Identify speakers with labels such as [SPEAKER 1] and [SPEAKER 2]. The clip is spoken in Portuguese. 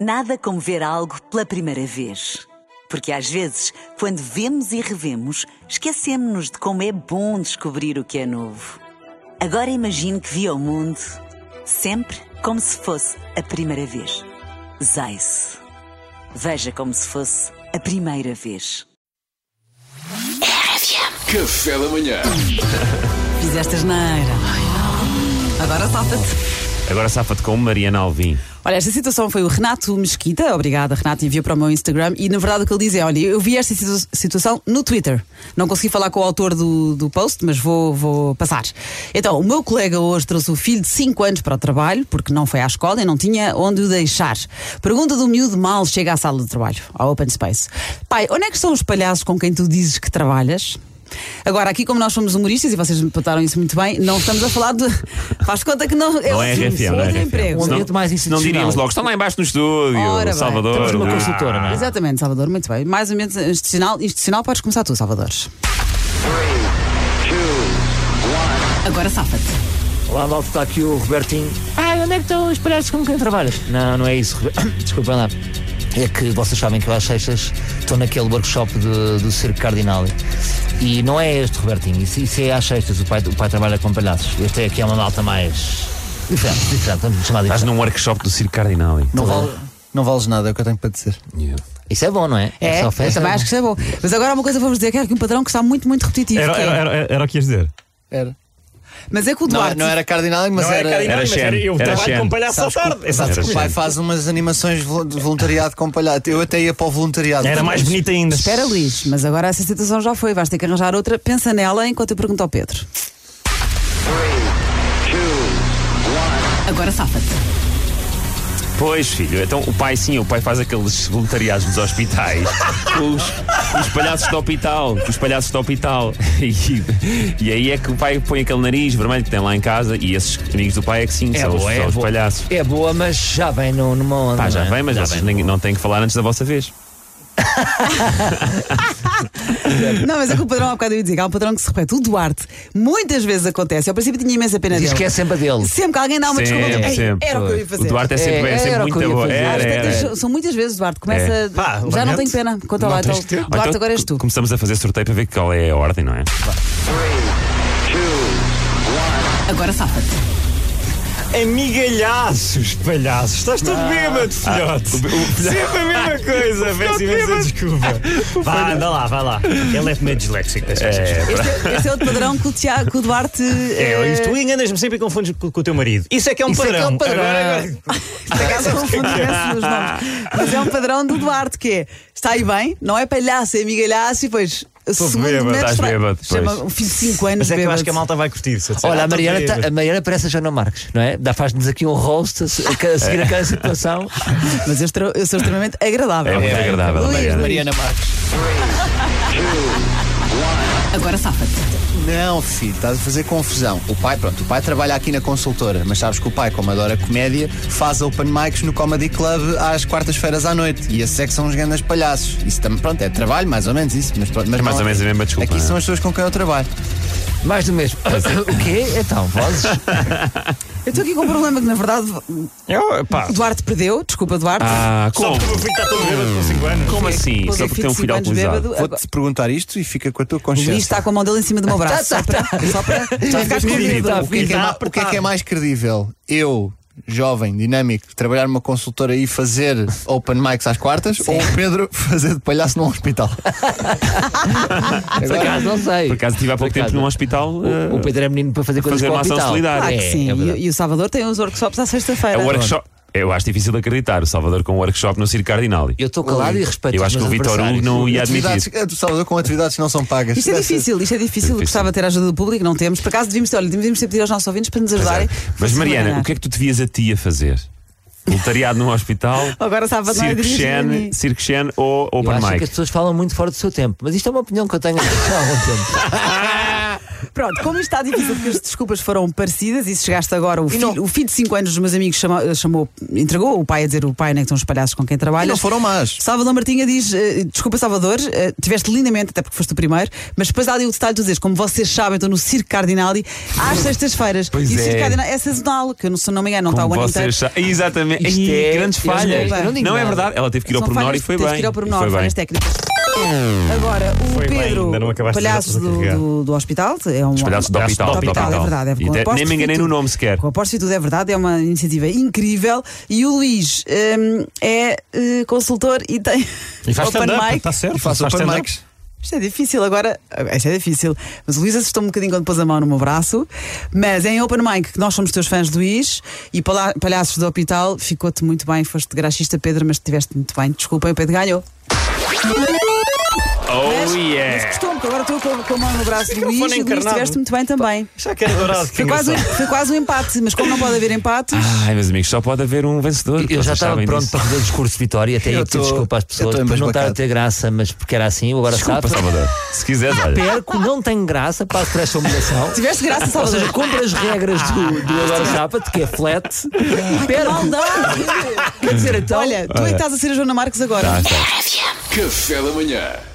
[SPEAKER 1] Nada como ver algo pela primeira vez. Porque às vezes, quando vemos e revemos, esquecemos-nos de como é bom descobrir o que é novo. Agora imagine que viu o mundo sempre como se fosse a primeira vez. Zais. Veja como se fosse a primeira vez.
[SPEAKER 2] Café da manhã.
[SPEAKER 3] Fizeste asneira. Agora salta-te.
[SPEAKER 4] Agora safa-te com Mariana Alvim.
[SPEAKER 3] Olha, esta situação foi o Renato Mesquita, obrigada, Renato, enviou para o meu Instagram e na verdade o que ele diz é: olha, eu vi esta situ- situação no Twitter. Não consegui falar com o autor do, do post, mas vou, vou passar. Então, o meu colega hoje trouxe o filho de 5 anos para o trabalho, porque não foi à escola e não tinha onde o deixar. Pergunta do miúdo mal chega à sala de trabalho, ao open space: pai, onde é que estão os palhaços com quem tu dizes que trabalhas? Agora, aqui como nós somos humoristas e vocês me contaram isso muito bem, não estamos a falar de. Faz conta que não.
[SPEAKER 4] Não é RFM, não é RFM.
[SPEAKER 3] emprego.
[SPEAKER 4] Senão-
[SPEAKER 5] Um ambiente mais
[SPEAKER 4] senão diríamos logo, estão lá embaixo no estúdio,
[SPEAKER 3] Ora bem.
[SPEAKER 4] Salvador.
[SPEAKER 5] Temos uma
[SPEAKER 6] né?
[SPEAKER 4] Ah.
[SPEAKER 5] consultora, não é?
[SPEAKER 3] Exatamente, Salvador, muito bem. Mais ou menos institucional. Institucional, podes começar tu, Salvador. Agora safa-te.
[SPEAKER 5] Olá, malta, está aqui o Robertinho. Ah, onde é que estão os palhaços com quem trabalhas? Não, não é isso, Roberto. Desculpem lá. É que vocês sabem que eu às sextas estou naquele workshop de- do Circo Cardinal. E não é este, Robertinho. Isso, isso é às sextas. O pai, o pai trabalha com palhaços. Este é aqui é uma malta mais. Diferente, diferente. Vamos chamar de
[SPEAKER 4] Estás
[SPEAKER 5] diferente.
[SPEAKER 4] num workshop do Circo Cardinal. hein?
[SPEAKER 7] Não, vale, não vales nada, é o que eu tenho para dizer.
[SPEAKER 4] Yeah.
[SPEAKER 5] Isso é bom, não é?
[SPEAKER 3] É,
[SPEAKER 5] Essa
[SPEAKER 3] eu
[SPEAKER 5] oferta
[SPEAKER 3] também
[SPEAKER 5] é
[SPEAKER 3] acho que é bom. Mas agora há uma coisa que vamos dizer, que é um padrão que está muito, muito repetitivo.
[SPEAKER 6] Era,
[SPEAKER 3] que é-
[SPEAKER 6] era, era, era o que ias dizer.
[SPEAKER 7] Era.
[SPEAKER 3] Mas é que o
[SPEAKER 7] Não,
[SPEAKER 3] Duarte.
[SPEAKER 7] não era cardinal, mas era.
[SPEAKER 4] Era Shen,
[SPEAKER 6] eu
[SPEAKER 4] era
[SPEAKER 6] trabalho
[SPEAKER 4] Shen.
[SPEAKER 6] com palhaço à
[SPEAKER 7] Sabes que-
[SPEAKER 6] tarde.
[SPEAKER 7] Sabes que
[SPEAKER 6] Exato.
[SPEAKER 7] o pai faz umas animações vo- de voluntariado com palhaço. Eu até ia para o voluntariado.
[SPEAKER 6] Era mais bonito ainda.
[SPEAKER 3] Espera, Luís, mas agora essa situação já foi. Vais ter que arranjar outra. Pensa nela enquanto eu pergunto ao Pedro. Agora safa-te.
[SPEAKER 4] Pois, filho, então o pai sim, o pai faz aqueles voluntariados nos hospitais. os, os palhaços do hospital, os palhaços do hospital. E, e aí é que o pai põe aquele nariz vermelho que tem lá em casa e esses amigos do pai é que sim, são, os,
[SPEAKER 5] boa,
[SPEAKER 4] são os
[SPEAKER 5] boa.
[SPEAKER 4] palhaços.
[SPEAKER 5] É boa, mas já vem no- numa onda.
[SPEAKER 4] Pá, já
[SPEAKER 5] não é?
[SPEAKER 4] vem, mas vocês nem- não têm que falar antes da vossa vez.
[SPEAKER 3] Não, mas é que o padrão há bocado eu ia dizer, que há um padrão que se repete. O Duarte, muitas vezes acontece. Ao princípio tinha imensa pena
[SPEAKER 5] Diz
[SPEAKER 3] dele.
[SPEAKER 5] que é sempre a dele.
[SPEAKER 3] Sempre que alguém dá uma
[SPEAKER 4] Sempre,
[SPEAKER 3] desculpa, tipo, "Ei,
[SPEAKER 4] é sempre.
[SPEAKER 3] era o que eu ia
[SPEAKER 4] O
[SPEAKER 3] fazer.
[SPEAKER 4] Duarte é sempre, é,
[SPEAKER 5] É,
[SPEAKER 4] sempre
[SPEAKER 5] era o que eu
[SPEAKER 4] muito
[SPEAKER 5] ia
[SPEAKER 4] boa.
[SPEAKER 5] fazer.
[SPEAKER 4] Era,
[SPEAKER 3] Às
[SPEAKER 6] é,
[SPEAKER 4] era,
[SPEAKER 3] tantas,
[SPEAKER 4] era.
[SPEAKER 3] São muitas vezes, Duarte. Começa.
[SPEAKER 4] É.
[SPEAKER 3] Já não tenho pena. Conta lá. Então, Duarte,
[SPEAKER 4] Ou então,
[SPEAKER 3] agora és
[SPEAKER 4] co-
[SPEAKER 3] tu.
[SPEAKER 4] Começamos a fazer sorteio para ver qual é a ordem, não é?
[SPEAKER 3] Agora safa-te.
[SPEAKER 6] Amigalhaços, palhaços. Estás todo bêbado, filhote. Sempre a mesma coisa. Peço imensa desculpa. Vá, anda lá, vai lá. Ele é meio disléxico. deixa- deixa-
[SPEAKER 3] Este, é- este é outro padrão que o, Tiago, que o Duarte.
[SPEAKER 6] É,
[SPEAKER 3] eh,
[SPEAKER 6] tu enganas-me sempre e confundes com, com o teu marido. Isso é que é um
[SPEAKER 5] Isso é que é
[SPEAKER 6] padrão.
[SPEAKER 5] um padrão.
[SPEAKER 6] Agora- agora-
[SPEAKER 3] por acaso é confundo imenso os nomes. Mas é um padrão do Duarte que é. Está aí bem, não é palhaço, é migalhaço e depois. segundo
[SPEAKER 6] bêbado,
[SPEAKER 3] momento,
[SPEAKER 4] estás
[SPEAKER 3] estra-
[SPEAKER 4] bêbado, pois.
[SPEAKER 3] Chama um filho de 5 anos.
[SPEAKER 6] Mas é que eu
[SPEAKER 3] bêbado.
[SPEAKER 6] acho que a malta vai curtir. se eu disser,
[SPEAKER 5] Olha,
[SPEAKER 6] "Ah,
[SPEAKER 5] a
[SPEAKER 6] tô
[SPEAKER 5] Mariana, tá-
[SPEAKER 6] bêbado."
[SPEAKER 5] a Mariana parece a Joana Marques, não é? Dá- Faz-nos aqui um roast a, se- a- a seguir aquela situação.
[SPEAKER 3] Mas eu, estou- eu sou extremamente agradável.
[SPEAKER 4] É muito agradável,
[SPEAKER 3] Luís,
[SPEAKER 4] Mariana.
[SPEAKER 7] Mariana Marques.
[SPEAKER 6] É.
[SPEAKER 3] Agora safa-te.
[SPEAKER 7] Não, filho, estás a fazer confusão. O pai, pronto, o pai trabalha aqui na consultora, mas sabes que o pai, como adora comédia, faz open mics no Comedy Club às quartas-feiras à noite. E esses é que são os grandes palhaços. Isso também, pronto, é trabalho, mais ou menos isso. Mas, pronto, mas
[SPEAKER 4] É mais
[SPEAKER 7] não- assim.
[SPEAKER 4] ou menos a mesma desculpa,
[SPEAKER 7] Aqui
[SPEAKER 4] não é?
[SPEAKER 7] são as pessoas com quem eu trabalho.
[SPEAKER 5] Mais do mesmo. O quê? Então, vozes?
[SPEAKER 3] Eu estou aqui com um problema que, na verdade,
[SPEAKER 6] Eu, pá,
[SPEAKER 3] o Duarte perdeu. Desculpa, Duarte.
[SPEAKER 4] Ah,
[SPEAKER 6] Só
[SPEAKER 4] como?
[SPEAKER 6] porque o filho está todo bêbado com 5 anos.
[SPEAKER 4] Como assim?
[SPEAKER 3] Pôs
[SPEAKER 4] Só
[SPEAKER 3] o
[SPEAKER 4] porque tem um
[SPEAKER 3] de cinco
[SPEAKER 4] filho
[SPEAKER 3] anos
[SPEAKER 4] alcoolizado.
[SPEAKER 3] bêbado.
[SPEAKER 7] Vou-te perguntar isto e fica com a tua
[SPEAKER 3] O Luís
[SPEAKER 7] consciência.
[SPEAKER 3] está com a mão dele em cima do meu braço. só para, só para ficar
[SPEAKER 6] definido,
[SPEAKER 3] com Ah,
[SPEAKER 6] tá
[SPEAKER 7] é O que, é que é
[SPEAKER 6] Está
[SPEAKER 7] ma- o que é que é mais credível? Eu, jovem, dinâmico, trabalhar numa consultora e fazer open mics às quartas ou o Pedro fazer de palhaço num hospital?
[SPEAKER 3] Ah,
[SPEAKER 5] Por acaso, não sei.
[SPEAKER 4] É Por acaso estive há pouco
[SPEAKER 5] Por acaso.
[SPEAKER 4] tempo num hospital. eh,
[SPEAKER 5] O, o Pedro é menino para fazer coisas
[SPEAKER 4] fazer
[SPEAKER 5] com o
[SPEAKER 4] uma ação
[SPEAKER 5] hospital.
[SPEAKER 4] solidária.
[SPEAKER 3] Claro que
[SPEAKER 5] É,
[SPEAKER 3] sim.
[SPEAKER 5] é
[SPEAKER 3] e,
[SPEAKER 5] verdade.
[SPEAKER 3] e o Salvador tem os workshops à
[SPEAKER 4] É
[SPEAKER 3] sexta-feira.
[SPEAKER 4] o workshop. É, Eu acho difícil de acreditar o Salvador com o workshop no Circo Cardinali.
[SPEAKER 5] Eu estou calado e respeito
[SPEAKER 4] Eu
[SPEAKER 5] os
[SPEAKER 4] acho que
[SPEAKER 5] meus
[SPEAKER 4] o Vitor Hugo
[SPEAKER 5] adversários.
[SPEAKER 4] não ia admitir.
[SPEAKER 7] atividades, é, do Salvador com atividades que não são pagas.
[SPEAKER 3] Isto é
[SPEAKER 7] Deve ser-
[SPEAKER 3] difícil, isto é difícil.
[SPEAKER 4] Difícil.
[SPEAKER 3] Gostava de ter a ajuda do público, não temos. Por acaso devíamos ter, olha, devíamos ter pedido aos nossos ouvintes para nos ajudarem.
[SPEAKER 4] é. Mas Mariana, o que é que tu devias a ti a fazer? Voluntariado num hospital?
[SPEAKER 3] Agora sabe, não é
[SPEAKER 4] Circo
[SPEAKER 3] dirigir a
[SPEAKER 4] Shen,
[SPEAKER 3] mim.
[SPEAKER 4] Circo Shen ou
[SPEAKER 5] Eu
[SPEAKER 4] Open
[SPEAKER 5] acho que
[SPEAKER 4] Mic?
[SPEAKER 5] as pessoas falam muito fora do seu tempo, mas isto é uma opinião que eu tenho há algum tempo.
[SPEAKER 3] Pronto, como isto está difícil porque as desculpas foram parecidas e se chegaste agora, o, filho, o filho de 5 anos dos meus amigos chama- chamou, entregou o pai a dizer o pai, né, que estão os palhaços com quem
[SPEAKER 7] E
[SPEAKER 3] trabalhas.
[SPEAKER 7] não foram más.
[SPEAKER 3] Salvador Martinha diz: eh, Desculpa, Salvador, eh, tiveste lindamente, até porque foste o primeiro, mas depois há ali o detalhe de dizer, como vocês sabem, estou no Circo Cardinali às sextas-feiras.
[SPEAKER 4] Pois
[SPEAKER 3] e o Circo
[SPEAKER 4] é.
[SPEAKER 3] Cardinali é sazonal, que eu não, se não me engano, não está tá o ano
[SPEAKER 4] Como
[SPEAKER 3] inteiro.
[SPEAKER 4] vocês sa- Exatamente.
[SPEAKER 3] Isto
[SPEAKER 4] Ih,
[SPEAKER 3] é-
[SPEAKER 4] grandes
[SPEAKER 3] eu
[SPEAKER 4] falhas.
[SPEAKER 3] não digo
[SPEAKER 4] Não,
[SPEAKER 3] nada.
[SPEAKER 4] é verdade. Ela teve que ir ao
[SPEAKER 3] São
[SPEAKER 4] pormenor
[SPEAKER 3] falhas
[SPEAKER 4] e foi
[SPEAKER 3] que teve
[SPEAKER 4] bem.
[SPEAKER 3] que ir ao pormenor,
[SPEAKER 4] E foi
[SPEAKER 3] falhas
[SPEAKER 4] bem.
[SPEAKER 3] técnicas. Agora, o
[SPEAKER 6] Foi bem,
[SPEAKER 3] Pedro,
[SPEAKER 6] ainda não acabaste de
[SPEAKER 3] palhaços
[SPEAKER 6] sobrecarregar.
[SPEAKER 3] do, do hospital, é um
[SPEAKER 4] Os palhaços do hospital. do
[SPEAKER 3] é
[SPEAKER 4] hospital.
[SPEAKER 3] verdade. É,
[SPEAKER 4] E
[SPEAKER 3] com
[SPEAKER 4] de-
[SPEAKER 3] aposto
[SPEAKER 4] Nem me
[SPEAKER 3] e
[SPEAKER 4] enganei
[SPEAKER 3] tudo.
[SPEAKER 4] no nome sequer.
[SPEAKER 3] Com aposto e tudo é verdade, é uma iniciativa incrível. E o Luís hum, é eh, consultor e tem
[SPEAKER 6] E faz
[SPEAKER 3] open
[SPEAKER 6] stand-up,
[SPEAKER 3] mic.
[SPEAKER 4] tá
[SPEAKER 6] está certo.
[SPEAKER 7] E faço
[SPEAKER 6] faz
[SPEAKER 7] open
[SPEAKER 6] stand-up.
[SPEAKER 7] mics.
[SPEAKER 3] Isto é difícil agora. ah, Isto é difícil. Mas o Luís assustou um bocadinho quando pôs a mão no meu braço. Mas é em Open Mic que nós somos teus fãs, Luís. E pala- Palhaços do Hospital, ficou-te muito bem. Foste graxista, Pedro, mas estiveste muito bem. Desculpem, o Pedro ganhou.
[SPEAKER 4] Oh
[SPEAKER 3] Mas
[SPEAKER 4] yeah.
[SPEAKER 3] custou-me, porque agora estou com, com a mão no braço do
[SPEAKER 6] Microfone
[SPEAKER 3] Luís.
[SPEAKER 6] é
[SPEAKER 3] E o Luís
[SPEAKER 6] encarnado.
[SPEAKER 3] estiveste muito bem também.
[SPEAKER 6] Já que era dourado. que
[SPEAKER 3] Foi quase, um,
[SPEAKER 6] engraçado.
[SPEAKER 3] foi quase um empate, mas como não pode haver empates.
[SPEAKER 4] Ai, meus amigos, só pode haver um vencedor.
[SPEAKER 5] Eu já
[SPEAKER 4] Vocês
[SPEAKER 5] estava
[SPEAKER 4] sabem
[SPEAKER 5] pronto
[SPEAKER 4] disso.
[SPEAKER 5] para fazer o discurso de vitória, até
[SPEAKER 7] Eu
[SPEAKER 5] ia pedir
[SPEAKER 7] tô-
[SPEAKER 5] desculpa às
[SPEAKER 7] eu tô
[SPEAKER 5] pessoas por não estar a
[SPEAKER 7] embasbacado.
[SPEAKER 5] ter graça, mas porque era assim, eu agora
[SPEAKER 4] Desculpa,
[SPEAKER 5] sabe.
[SPEAKER 4] Salvador. Se quiseres,
[SPEAKER 5] Ah,
[SPEAKER 4] olha.
[SPEAKER 5] Perco, não tenho graça, passo por esta humilhação.
[SPEAKER 3] Tiveste graça,
[SPEAKER 5] Ou
[SPEAKER 3] Salvador.
[SPEAKER 5] seja, compra as regras do, do Agora Chapa-te, que é flat, e perco.
[SPEAKER 3] Maldade!
[SPEAKER 5] Quer dizer, então,
[SPEAKER 3] Olha, tu é que estás a ser a Joana Marques agora.
[SPEAKER 4] Tá, tá.
[SPEAKER 2] Café da Manhã